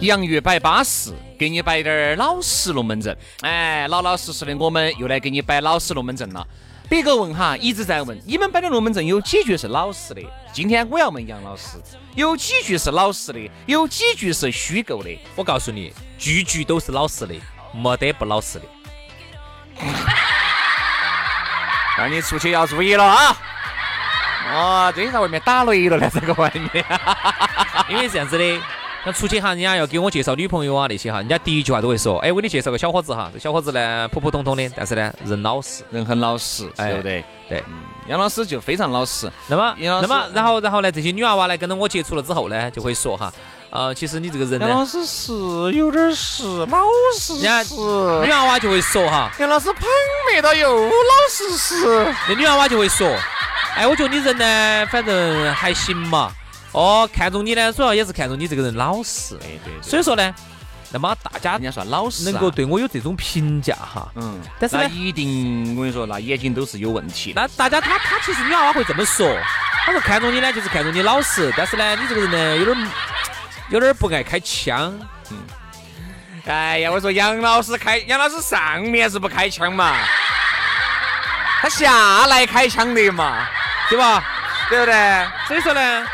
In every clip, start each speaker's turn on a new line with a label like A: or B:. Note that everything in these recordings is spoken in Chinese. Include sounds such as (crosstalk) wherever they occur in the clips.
A: 洋芋摆巴适，给你摆点儿老实龙门阵。哎，老老实实的，我们又来给你摆老实龙门阵了。别个问哈，一直在问，你们摆的龙门阵有几句是老实的？今天我要问杨老师，有几句是老实的，有几句是虚构的？
B: 我告诉你，句句都是老实的，没得不老实的。
A: 那你出去要注意了啊！哦，最近在外面打雷了呢，在个外面。
B: 因为是这样子的，那出去哈，人家要给我介绍女朋友啊那些哈，人家第一句话都会说，哎，我给你介绍个小伙子哈，这小伙子呢普普通通的，但是呢人老实。
A: 人很老实，对不对？
B: 对
A: 嗯杨老师就非常老实。
B: 那么，
A: 杨老
B: 那
A: 师
B: 么，然后，然后呢，这些女娃娃呢跟着我接触了之后呢，就会说哈，呃，其实你这个人
A: 杨老
B: 呢，
A: 师是有点是老实
B: 人家
A: 实。
B: 女娃娃就会说哈，
A: 杨老师捧没到又老实实，
B: 那女娃娃就会说，哎，我觉得你人呢，反正还行嘛。哦，看中你呢，主要也是看中你这个人老实。
A: 对哎对
B: 所以说呢，那么大家
A: 人家算老实、啊，
B: 能够，对我有这种评价哈，
A: 嗯，
B: 但是
A: 那
B: 呢
A: 一定我跟你说，那眼睛都是有问题的。
B: 那大家他他其实女娃娃会这么说，她说看中你呢，就是看中你老实，但是呢，你这个人呢，有点有点不爱开枪。
A: (laughs) 哎呀，我说杨老师开，杨老师上面是不开枪嘛，他下来开枪的嘛，
B: 对吧？
A: 对不对？
B: 所以说呢，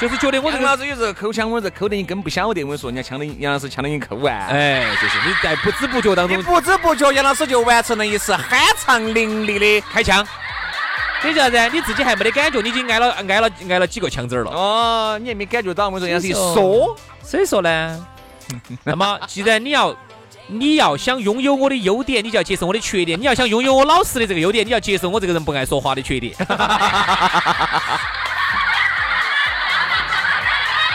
B: 就是觉得我这
A: 杨
B: 个
A: 老，师有时候抠枪，我这抠得你根本不晓得。我跟你说，人家枪的杨老师枪的你抠啊完，
B: 哎，就是你在不知不觉当
A: 你
B: 中
A: 不知不觉杨老师就完成了一次酣畅淋漓的
B: 开枪，所以叫啥子？你自己还没得感觉，你已经挨了挨了挨了几个枪子儿了。
A: 哦，你还没感觉到？我跟你说，杨老师一
B: 是哦
A: 说，
B: 所以说呢，那么既然你要你要想拥有我的优点，你就要接受我的缺点；你要想拥有我老实的这个优点，你要接受我这个人不爱说话的缺点。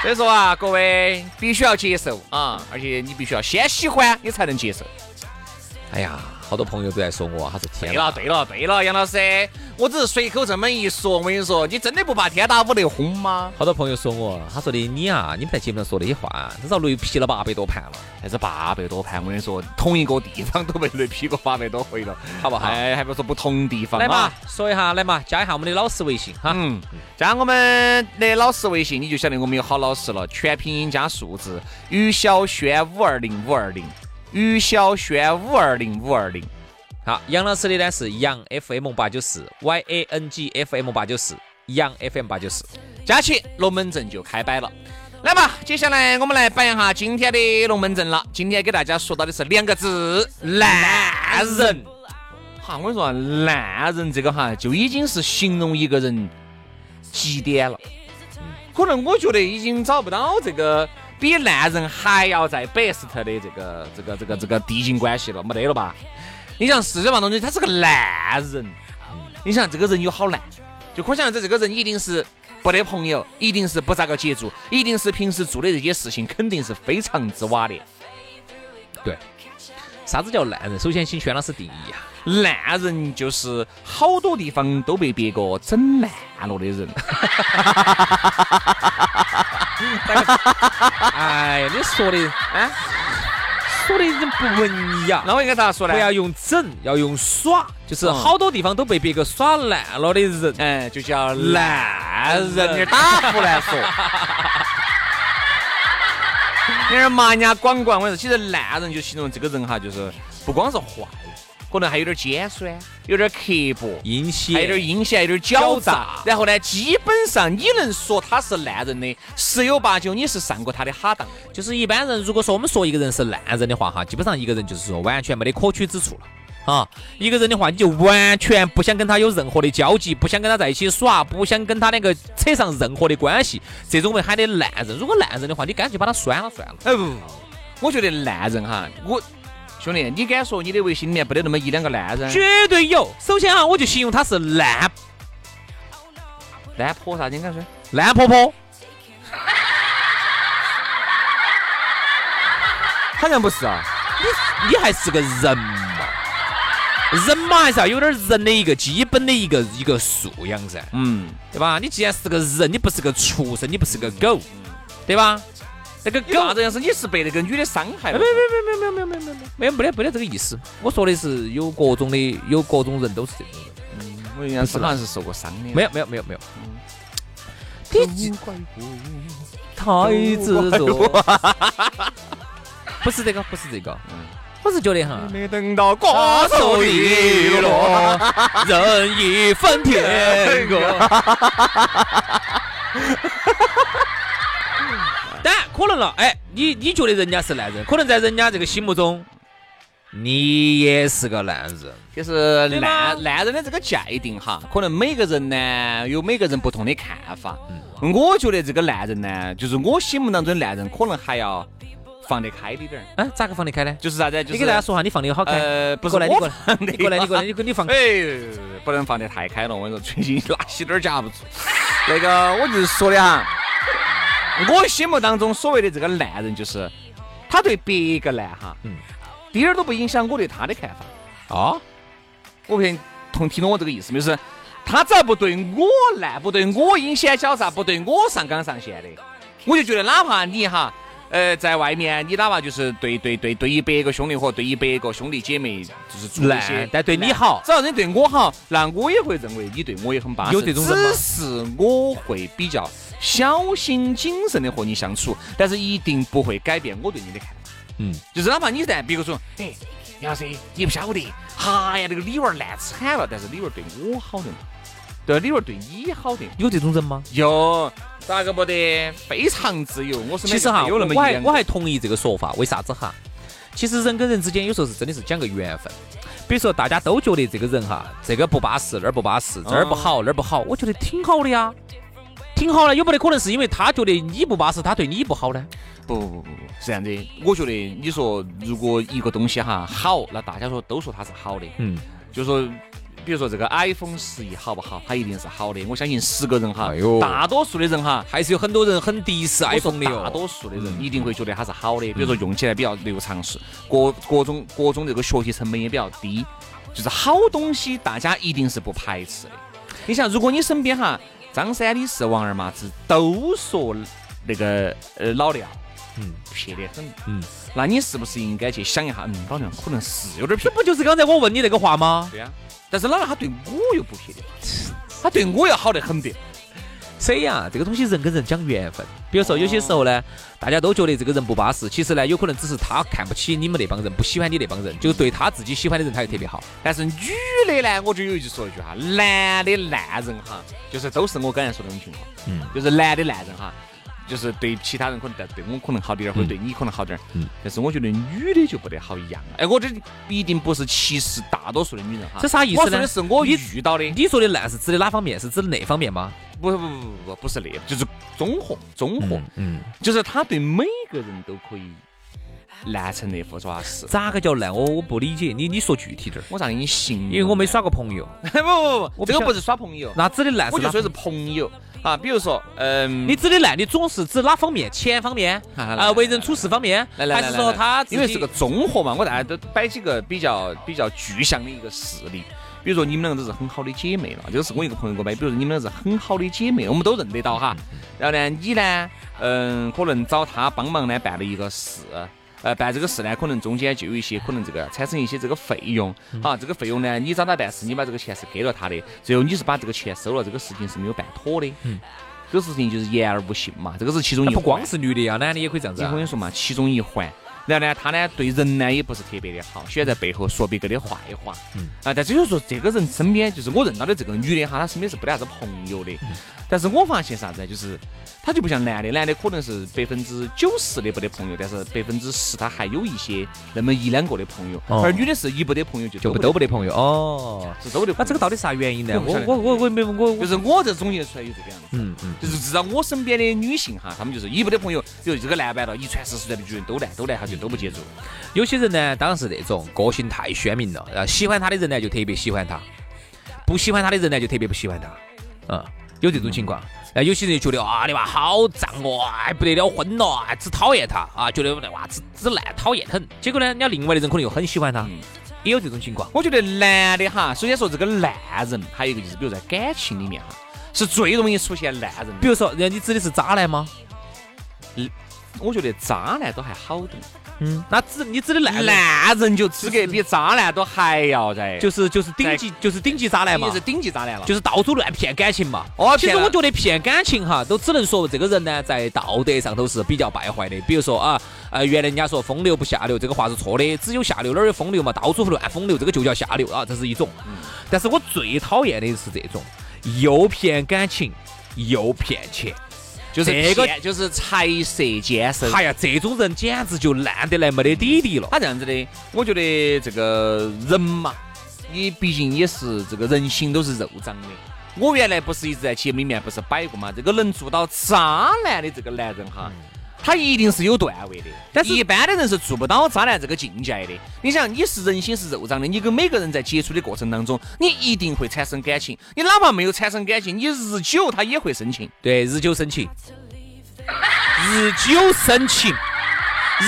A: 所以说啊，各位必须要接受啊，而且你必须要先喜欢，你才能接受。
B: (laughs) 哎呀，好多朋友都在说我，他说天
A: 对
B: 哪，
A: 了，对了，对了，杨老师，我只是随口这么一说，我跟你说，你真的不怕天打五雷轰吗？
B: 好多朋友说我，他说的你啊，你们在节目上说那些话，至少雷劈了八百多盘了。
A: 但是八百多盘，我跟你说，同一个地方都被雷劈过八百多 (laughs) 回了，好不好？哎，还不说不同地方、啊
B: 来嘛，，说一下，来嘛，加一下我们的老师微信哈。
A: 嗯，加我们的老师微信，你就晓得我们有好老师了，全拼音加数字，于小轩五二零五二零，于小轩五二零五二零。
B: 好，杨老师的呢是杨 FM 八九四，Y A N G F M 八九四，杨 FM 八九四。
A: 佳琪，龙门阵就开摆了。来吧，接下来我们来摆一下今天的龙门阵了。今天给大家说到的是两个字：烂人。哈，我跟你说啊，烂人这个哈，就已经是形容一个人极点了。可能我觉得已经找不到这个比烂人还要在 best 的这个这个这个这个递进关系了，没得了吧？你像四川王东西，他是个烂人，你想这个人有好烂，就可想而知，这个人一定是不得朋友，一定是不咋个接触，一定是平时做的这些事情肯定是非常之瓦的。
B: 啥子叫烂人？首先，请轩老师定
A: (laughs)
B: 义啊。
A: 烂人就是好多地方都被别个整烂了的人，
B: 哎呀，你说的啊，说的人不
A: (laughs)
B: 文雅。
A: 那我应该咋说呢？
B: 不要用整，要用耍，就是
A: 嗯
B: 好多地方都被别个耍烂了的人。
A: 嗯，就叫烂人，你哎打胡乱说。你那儿骂人家广广，我跟你说，其实烂人就形容这个人哈，就是不光是坏，可能还有点尖酸，有点刻薄，
B: 阴险，
A: 还有点阴险，有点狡
B: 狡诈
A: 诈。然后呢，基本上你能说他是烂人的，十有八九你是上过他的哈当。
B: 就是一般人，如果说我们说一个人是烂人的话，哈，基本上一个人就是说完全没得可取之处了啊。一个人的话，你就完全不想跟他有任何的交集，不想跟他在一起耍，不想跟他两个扯上任何的关系，这种我们喊的烂人。如果烂人的话，你干脆把他删了算了。
A: 哎不不不，我觉得烂人哈，我兄弟，你敢说你的微信里面不得那么一两个烂人？
B: 绝对有。首先啊，我就形容他是烂
A: 烂婆啥子？你敢说？
B: 烂婆婆，
A: 好像不是啊。
B: 你还是个人嘛，人嘛还是要有点人的一个基本的一个一个素养噻。
A: 嗯，
B: 对吧？你既然是个人，你不是个畜生，你不是个狗，对吧？那个
A: 你啥
B: 狗，
A: 子样是你是被那个女的伤害了
B: 没。没没没没没没没没没得没得这个意思。我说的是有各种的，有各种人都是这种人。
A: 我印象是好像是受过伤的。
B: 没有没有没有没有。你太执着，
A: 哎
B: 不是这个，不是这个，我是觉得哈，
A: 没等到瓜
B: 手利落，人已分天
A: 哎
B: 各。当然可能了，哎，你你觉得人家是烂人，可能在人家这个心目中，你也是个烂人。
A: 就是
B: 对吧
A: 烂烂人的这个界定哈，可能每个人呢有每个人不同的看法。
B: 嗯
A: 我觉得这个烂人呢，就是我心目当中的烂人，可能还要放得开一点儿。
B: 啊，咋个放得开呢？
A: 就是啥子？就是
B: 你给大家说下，你放得好开。
A: 呃，不是
B: 过来，你
A: 我
B: 过来
A: 放，的
B: 你过来，你过来，你过来你放。
A: 哎，不能放得太开了，我跟你说，最近拉稀点儿夹不住。 (laughs) 那个，我就是说的哈，我心目当中所谓的这个烂人，就是他对别个烂哈，
B: 嗯
A: 一点儿都不影响我对他的看法。
B: 啊，
A: 我不信同听懂我这个意思没有？就是他只要不对我烂，不对我阴险狡诈，不对我上纲上线的，我就觉得哪怕你哈。呃，在外面，你哪怕就是对对对对一百个兄弟伙，对一百个兄弟姐妹，就是做一些
B: 烂，但对你好，
A: 只要你对我好，那我也会认为你对我也很巴适。
B: 有这种人吗
A: 只是我会比较小心谨慎的和你相处，但是一定不会改变我对你的看法。
B: 嗯，
A: 就是哪怕你在，比如说，哎，要是你不晓得，哈呀，那个李文儿烂惨了，但是李文儿对我好的嘛，对，李文儿对你好的
B: 有这种人吗？
A: 有，咋个不得？非常自由。我身边
B: 其实哈，
A: 有那么一
B: 我还
A: 两个
B: 我还同意这个说法，为啥子哈？其实人跟人之间有时候是真的是讲个缘分。比如说，大家都觉得这个人哈，这个不巴适，那儿不巴适，这儿不好，那儿不好，我觉得挺好的呀，挺好的。有没得可能是因为他觉得你不巴适，他对你不好呢？
A: 不不不不不，是这样的。我觉得你说如果一个东西哈好，那大家说都说它是好的，
B: 嗯，
A: 就说。比如说这个 iPhone 十一好不好？它一定是好的。我相信十个人哈，
B: 哎呦
A: 大多数的人哈，
B: 还是有很多人很敌视
A: 我说
B: iPhone 嗯的
A: 大
B: 哟。
A: 多数的人一定会觉得它是好的。比如说用起来比较流畅是各各种各种这个学习成本也比较低，就是好东西大家一定是不排斥的。你想，如果你身边哈张三李四王二麻子都说那个呃老廖，
B: 嗯，
A: 撇得很，
B: 嗯，
A: 那你是不是应该去想一下？嗯，老娘可能是有点撇
B: 这，不就是刚才我问你那个话吗？
A: 对呀、但是老娘他对我又不撇的，他对我要好得很的。
B: 谁呀、这个东西人跟人讲缘分。比如说，有些时候呢，大家都觉得这个人不巴适，其实呢，有可能只是他看不起你们那帮人，不喜欢你那帮人，就对他自己喜欢的人，他就特别好。
A: 但是女的呢，我就有一句说一句哈，男的烂人哈，就是都是我刚才说的那种情况，
B: 嗯
A: 就是男的烂人哈，就是对其他人可能但对我可能好点儿，或者对你可能好点儿，
B: 嗯
A: 但是我觉得女的就不得好一样了。哎，我这一定不是歧视大多数的女人哈，
B: 这啥意
A: 我
B: 思
A: 说
B: 呢
A: 的？是我
B: 你
A: 遇到的，
B: 你说的烂是指的哪方面？是指的那方面吗？
A: 不不不不不不是那，就是综合综合，
B: 嗯，
A: 就是他对每个人都可以烂成那副爪是。
B: 咋个叫烂？我我不理解，你你说具体点儿，
A: 我让你信，
B: 因为我没耍过朋友。
A: (laughs) 不不
B: 我
A: 不，
B: 不
A: 这个
B: 想
A: 不是耍朋友，
B: 那指的烂是
A: 我就
B: 哪
A: 说？是朋友啊，比如说，嗯，
B: 你指的烂，你总是指哪方面？钱方面？
A: 啊来
B: 啊，为人处事方面？
A: 来来
B: 还
A: 来
B: 是
A: 来
B: 说
A: 来
B: 他自己
A: 因为是个综合嘛，我大家都摆几个比较比较具象的一个事例。比如说你们两个都是很好的姐妹了，这个是我一个朋友给我摆。比如说你们两个是很好的姐妹，我们都认得到哈。
B: 嗯
A: 然后呢，你呢，嗯，可能找他帮忙呢办了一个事，呃，办这个事呢，可能中间就有一些可能这个产生一些这个费用，
B: 嗯
A: 啊，这个费用呢，你找他办事，你把这个钱是给了他的，最后你是把这个钱收了，这个事情是没有办妥的。
B: 嗯
A: 这个事情就是言而无信嘛，这个是其中一
B: 不
A: 环
B: 光是女的呀，男的也可以这样子
A: 你
B: 啊
A: 我跟。你说嘛，其中一环，然后呢，他呢对人呢也不是特别的好，喜欢在背后说别个的坏话。嗯。啊，但只有说这个人身边，就是我认到的这个女的哈，她身边是不得啥子朋友的。
B: 嗯
A: 但是我发现啥子呢？啊就是她就不像男的，男的可能是百分之九十的没得朋友，但是百分之十他还有一些那么一两个的朋友，
B: 哦
A: 而女的是一不得朋友就
B: 就
A: 不
B: 都
A: 得
B: 不得朋友哦。
A: 是都不得朋友。
B: 那这个到底啥原因呢？
A: 我不
B: 我
A: 晓得
B: 我我我没我
A: 就
B: 我
A: 是我这总结出来有这个样子。
B: 嗯嗯，
A: 就是至少我身边的女性哈，她们就是一不得朋友，比如这个男版了，一传十十传百，就都烂都烂，她就都不接触。
B: 有些人呢，当然是那种个性太鲜明了，然后喜欢他的人呢就特别喜欢他，不喜欢他的人呢就特别不喜欢他，嗯，有这种情况。那有些人就觉得啊，你娃好脏哦，哎不得了婚了，哎只讨厌他啊，觉得那娃子只烂讨厌得很。结果呢，人家另外的人可能又很喜欢他
A: 嗯，
B: 也有这种情况。
A: 我觉得男的哈，首先说这个烂人，还有一个就是，比如在感情里面哈，是最容易出现烂人的。
B: 比如说，人家你指的是渣男吗？
A: 我觉得渣男都还好点，
B: 嗯，那指你指的烂男
A: 烂人就资格比渣男都还要在，
B: 就是就是顶级就是顶级渣男嘛
A: 也，是顶级渣男了。
B: 就是到处乱骗感情嘛。
A: 哦
B: 其实
A: 骗了
B: 我觉得骗感情哈，都只能说这个人呢，在道德上头是比较败坏的。比如说啊，呃，原来人家说风流不下流，这个话是错的，只有下流，哪儿有风流嘛？到处乱哎风流，这个就叫下流啊，这是一种。
A: 嗯
B: 但是我最讨厌的是这种又骗感情又骗钱，
A: 就是
B: 这个
A: 骗就是财色兼收。
B: 哎呀，这种人简直就烂得来没得底底了。
A: 他这样子的，我觉得这个人嘛，你毕竟也是这个人心都是肉长的。我原来不是一直在节目里面不是摆过嘛，这个能做到渣男的这个男人
B: 嗯
A: 哈。他一定是有段位的，但是一般的人是做不到渣男这个境界的。你想，你是人心是肉长的，你跟每个人在接触的过程当中，你一定会产生感情。你哪怕没有产生感情，你日久他也会生情。
B: 对，日久生情，日久生情，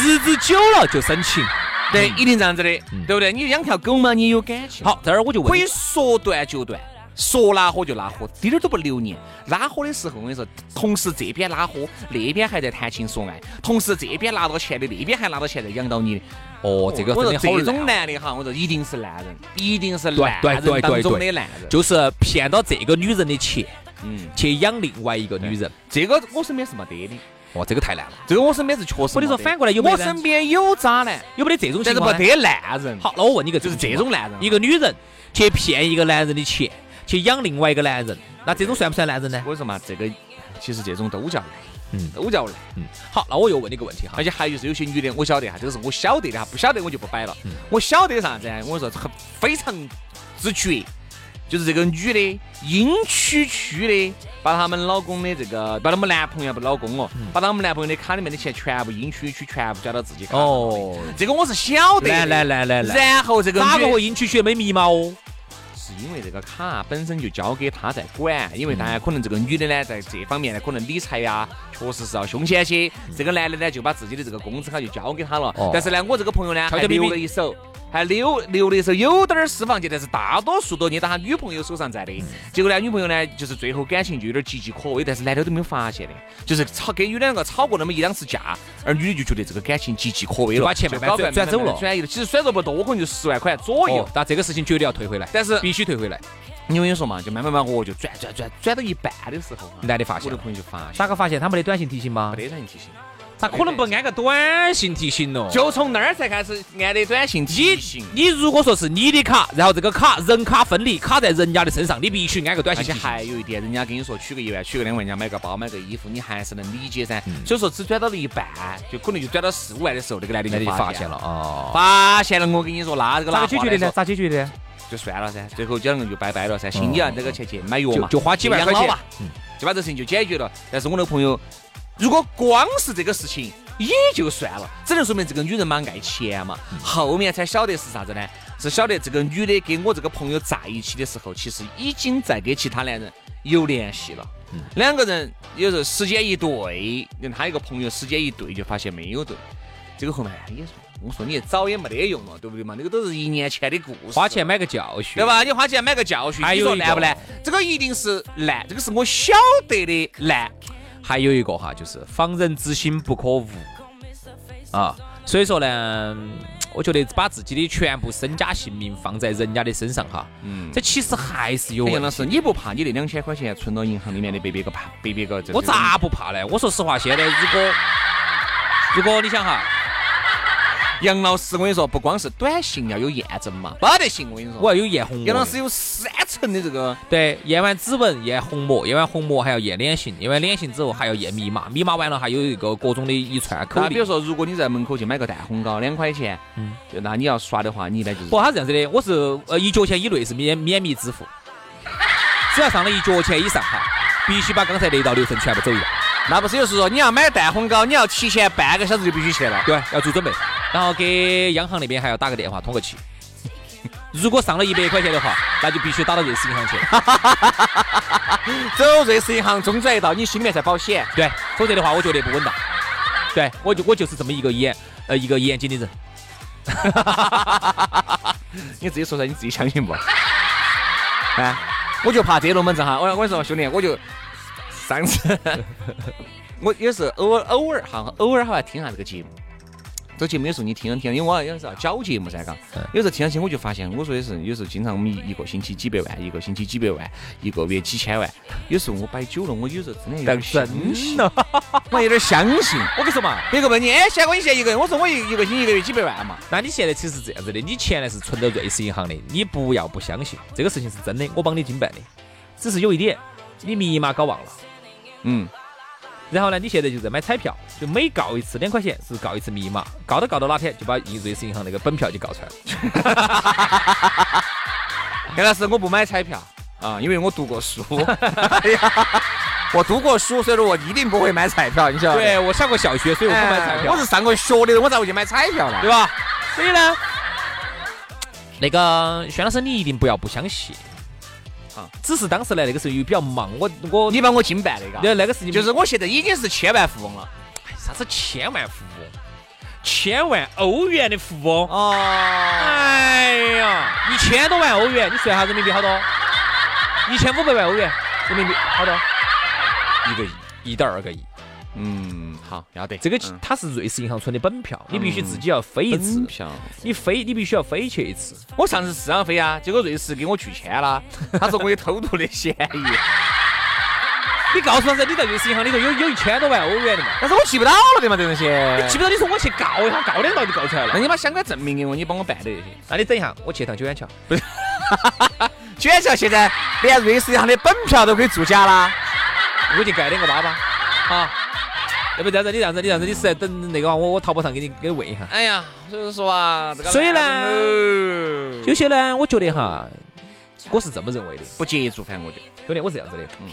B: 日子久嗯了就生情。
A: 对，一定这样子的，对不对？你养条狗嘛，你有感情。
B: 好，这儿我就问
A: 可
B: 你
A: 以说断就断，说拉火就拉火，滴点儿都不留念。拉火的时候，我跟你说，同时这边拉火，那边还在谈情说爱，同时这边拿到钱的，那边还拿到钱在养到你的。
B: 哦，这个
A: 我
B: 真
A: 说
B: 的好
A: 这
B: 烂
A: 种
B: 啊
A: 男的哈，我说一定是烂人，一定是
B: 对
A: 烂
B: 对对
A: 人当
B: 对
A: 中的
B: 对
A: 烂人。
B: 就是骗到这个女人的钱，
A: 嗯，
B: 去养另外一个女人。
A: 这个我身边是没得的，
B: 哇，这个太烂了，
A: 这个我身边是确实没得。
B: 我跟你说反过来有没
A: 我
B: 有呢
A: 身边有渣男，
B: 有没得这种
A: 但
B: 情
A: 是
B: 况
A: 没
B: 呢？
A: 得烂人。
B: 好，，那我问你一个，
A: 就是这种，烂人啊，
B: 一个女人去骗一个男人的钱，去养另外一个男人，那这种算不算男人呢
A: 我？跟你说嘛，这个其实这种都叫烂，
B: 嗯
A: 都叫烂。
B: 好，那我又问你一个问题哈
A: 而，且还有就是有些女的，我晓得哈，这个是我晓得的哈，不晓得我就不摆了。
B: 嗯
A: 我晓得啥子啊？我说很非常之绝，就是这个女的阴区区的，把她们老公的这个，把她们男朋友不老公哦，
B: 嗯
A: 把她们男朋友的卡里面的钱全部阴区区全部交到自己卡。
B: 哦，
A: 这个我是晓得的。
B: 来来来来来，
A: 然后这个
B: 哪
A: 女
B: 个
A: 的
B: 会阴区学没密码哦？
A: 是因为这个卡本身就交给他在管，因为当然可能这个女的呢，在这方面呢，可能理财呀、确实是要凶险些。这个男的呢，就把自己的这个工资卡就交给他了。
B: 嗯哦
A: 但是呢，我这个朋友呢，
B: 悄
A: 还
B: 悄咪咪
A: 留了一手，还留留了一手有点儿私房钱，但是大多数都捏到他女朋友手上在
B: 嗯
A: 的。结果呢，女朋友呢，就是最后感情就有点岌岌可危，但是男的都没有发现的，就是吵跟女的两个吵过那么一两次架，而女的就觉得这个感情岌岌可危了，
B: 就把钱慢慢
A: 搞过来
B: 转转走了
A: 转移了。其实转走不多，可能就十万块左右
B: 哦。，那这个事情绝对要退回来，
A: 但是
B: 必须退回来。
A: 你我跟你说嘛，就慢慢慢我就转转转转到一半的时候啊，
B: 男的发现
A: 我的
B: 了
A: 朋友就发现，
B: 咋个发现他没得短信提醒吗
A: 没？得人提醒，
B: 咋可能不安个短信提醒咯？
A: 就从那儿才开始按的短信提醒，
B: 你如果说是你的卡，然后这个卡人卡分离，卡在人家的身上，你必须安个短
A: 而
B: 信
A: 且
B: 提醒。
A: 还有一点，人家跟你说取个一万，取个两万，人家买个包，买个衣服，你还是能理解噻。所以说只转到了一半，就可能就转到四五万的时候，那个男的
B: 那
A: 就
B: 就
A: 发
B: 发
A: 现
B: 现
A: 了。
B: 了啊！
A: 发现了，我跟你说，那这个
B: 咋
A: 拿
B: 个解决的
A: 话来说
B: 呢？咋解决的呢？
A: 就算了�噻，最后两个人就拜拜了噻。心里啊，这个去去买药
B: 就
A: 嘛，
B: 哦就花几万块
A: 养老
B: 钱嗯
A: 吧，就把这事情就解决了。但是我那个朋友，如果光是这个事情也就算了，只能说明这个女人嘛爱钱嘛。
B: 嗯
A: 后面才晓得是啥子呢？是晓得这个女的跟我这个朋友在一起的时候，其实已经在跟其他男人有联系了。
B: 嗯
A: 两个人有时候时间一对，跟他一个朋友时间一对，就发现没有对。这个后面哎也说，我说你早也没得用了，对不对嘛？那个都是一年前的故事，
B: 花钱买个教训，
A: 对？吧？你花钱买个教训，
B: 还
A: 你
B: 有
A: 说
B: 一
A: 难不
B: 个
A: 难？这哎个一定是难，这个是我晓得的难。
B: 还有一个哈，就是防人之心不可无啊。所以说呢，我觉得把自己的全部身家性命放在人家的身上哈，
A: 嗯，
B: 这其实还是有
A: 哎杨
B: 问
A: 老
B: 题。
A: 师，你不怕你那两千块钱存到银行里面的被别个怕，被别个这？
B: 我咋不怕呢？我说实话，现在如果如果你想哈，
A: 杨老师，我跟你说，不光是短信要有验证嘛，没得信，我跟你说。
B: 我要有验虹膜。
A: 杨老师有三层的这个，
B: 对，验完指纹，验虹膜，验完虹膜还要验脸型，验完脸型之后还要验密码，密码完了还有一个各种的一串口
A: 那啊比
B: 令
A: 如。说，如果你在门口去买个蛋烘糕，两块钱，
B: 嗯
A: 就那你要刷的话，你一般就是
B: 不，他是这样子的，我是呃一角钱以内是免免密支付，只要上了一角钱以上哈，必须把刚才那一道流程全部走一遍。
A: 那不是就是说你要买蛋烘糕，你要提前半个小时就必须去了。
B: 对，要做准备，然后给央行那边还要打个电话通个气。如果上了一百块钱的话，那就必须打到瑞士银行去。
A: 走瑞士银行中转一道，你心里面才保险。
B: 对，否则的话我觉得不稳当。对我就我就是这么一个严呃一个严谨的人。
A: (laughs) 你自己说出来，你自己相信不？ (laughs) 啊，我就怕这龙门阵哈。我我跟你说，兄弟，我就上次 (laughs) 我也是偶尔偶尔哈，偶尔哈还听下这个节目。这节目有时候你听了听，因为我有时候要搅节目噻，嘎。有时候听了听，我就发现，我说的是，有时候经常我们一个星期几百万，一个星期几百万，一个月几千万。有时候我摆久了，我有时候真的有点相信，
B: 了，
A: 我有点相信。
B: 我跟你说嘛，
A: 别个问你，哎，霞哥，你现在一个人？我说我一一个星期一个月几百万嘛。
B: 那你现在其实是这样子的，你钱呢是存到瑞士银行的，你不要不相信这个事情是真的，我帮你经办的。只是有一点，你密码搞忘了。
A: 嗯，
B: 然后呢，你现在就在买彩票，就每告一次两块钱是告一次密码，告到告到哪天就把瑞士银行那个本票就告出来了。
A: 杨老师，我不买彩票啊，因为我读过书。 (laughs) 哎呀我读过书，所以说我一定不会买彩票，你晓得？
B: 对，我上过小学，所以我
A: 哎，
B: 不买彩票
A: 我，是上过学的人，我咋会去买彩票呢？
B: 对吧？所以呢，那个轩老师，你一定不要不相信
A: 啊。
B: 只是当时呢，那个时候又比较忙，我我
A: 你帮我经办的一
B: 那
A: 个，
B: 那个事情
A: 就是我现在已经是千万富翁了。
B: 啥子千万富翁，千万欧元的富翁。
A: 哦，
B: 哎呀，一千多万欧元，你算下人民币好多？一千五百万欧元，人民币好多？一个亿，一点二个亿。
A: 嗯，好，要得。
B: 这个
A: 嗯
B: 它是瑞士银行存的本票，你必须自己要飞一次
A: 本，票，
B: 你飞你必须要飞去一次。
A: 嗯我上次市场飞啊，结果瑞士给我拒签 (laughs) 了，他说我有偷渡的嫌疑，
B: 你告诉他噻，你在瑞士银行里头有有一千多万欧元的嘛？
A: 但是我去不到了的嘛，这东西。
B: 你记不到，你说我去告一下，告两道就告出来
A: (laughs) 那
B: 了。
A: 你把相关证明给我，你帮我办的这些。
B: 那你等一下，我去一趟九眼桥。
A: 居然像现在连瑞士银行的本票都可以作假啦！
B: 我就盖两个粑粑，啊，要不这样子，你这样子，你这样子，你是在等那个啊我我淘宝上给你给你问一下。
A: 哎呀，所以说啊，这个
B: 所以呢
A: 男人哦
B: 有些呢，我觉得哈，我是这么认为的，
A: 不接触，反正我就
B: 兄弟，我是这样子的，
A: 嗯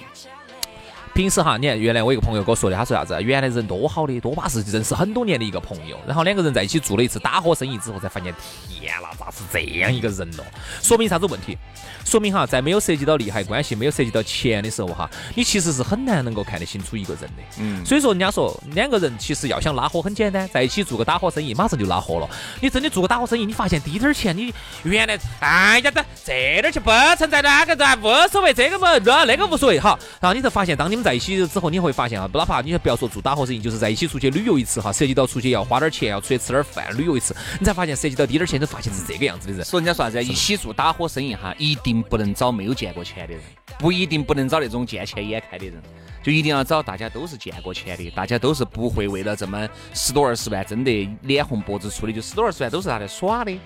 B: 平时哈，你看原来我一个朋友跟我说的，他说啥子？啊原来人多好的，多巴是认识很多年的一个朋友，然后两个人在一起做了一次打火生意之后，才发现天啦，咋是这样一个人哦咯？说明啥子问题？说明哈，在没有涉及到利害关系、没有涉及到钱的时候哈，你其实是很难能够看得清楚一个人的。
A: 嗯，
B: 所以说，人家说两个人其实要想拉火很简单，在一起做个打火生意，马上就拉火了。你真的做个打火生意，你发现滴点儿钱，你原来哎呀这这点儿钱不存在，那个这无所谓，这个嘛那那个无所谓哈。然后你才发现，当你们在一起之后，你会发现啊，哪怕你不要说做打火生意，就是在一起出去旅游一次哈，涉及到出去要花点儿钱，要出去吃点儿饭，旅游一次，你才发现涉及到滴点儿钱，都发现是这个样子的人。
A: 说人家说啥子？啊一起做打火生意哈，一定不能找没有见过钱的人，不一定不能找那种见钱眼开的人，就一定要找大家都是见过钱的，大家都是不会为了这么十多二十万真的脸红脖子粗的，就十多二十万都是拿来耍的，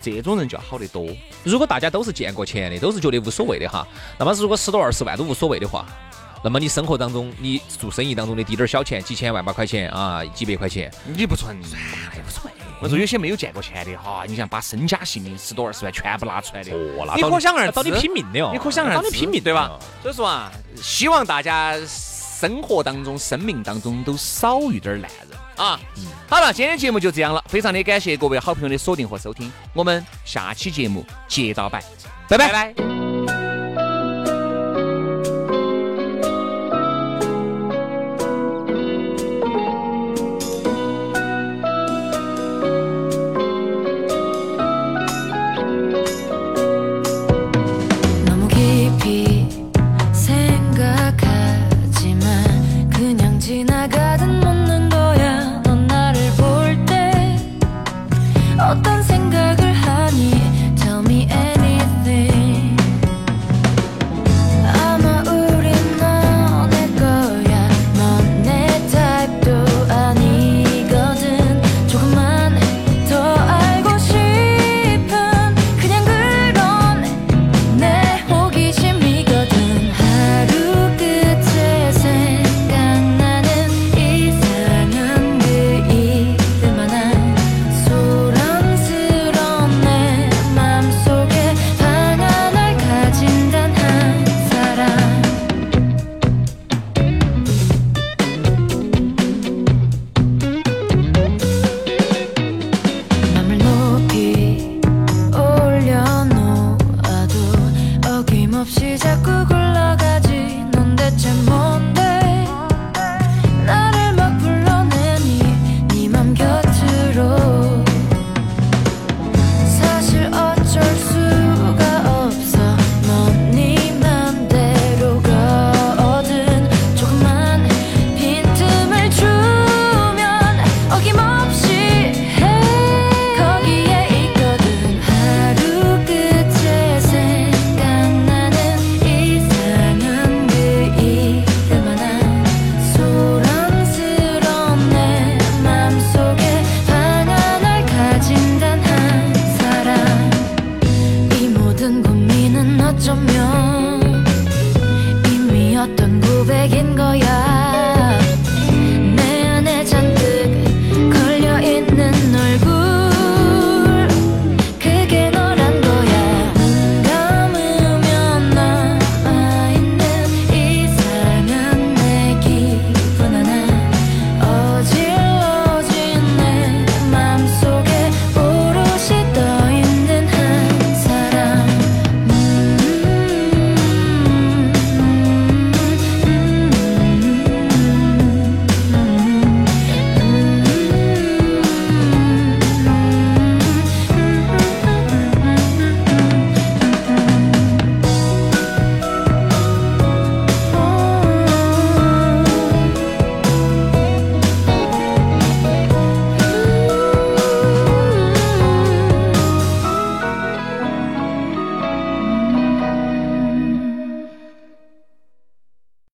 A: 这种人就要好得多。
B: 如果大家都是见过钱的，都是觉得无所谓的哈，那么如果十多二十万都无所谓的话，那么你生活当中，你做生意当中的滴点儿小钱，几千万把块钱啊，几百块钱，
A: 哎你不存在，无所谓。我说有些没有见过钱的哈，你想把身家性命十多二十万全部拿出来的，
B: 哦，那
A: 你
B: 到
A: 可想而知
B: 到你拼命的哦，
A: 你可想而知，
B: 到你拼命
A: 对吧
B: 的哦？？
A: 所以说啊，希望大家生活当中、生命当中都少遇点儿烂人啊。好了，今天节目就这样了，非常的感谢各位好朋友的锁定和收听，我们下期节目接着摆，拜拜拜。
C: 너무 깊이 생각하지만 그냥 지나가듯 묻는 거야 넌 나를 볼 때 어떤 생각을 하니 Tell me anything 네네 가진 Mm-hmm.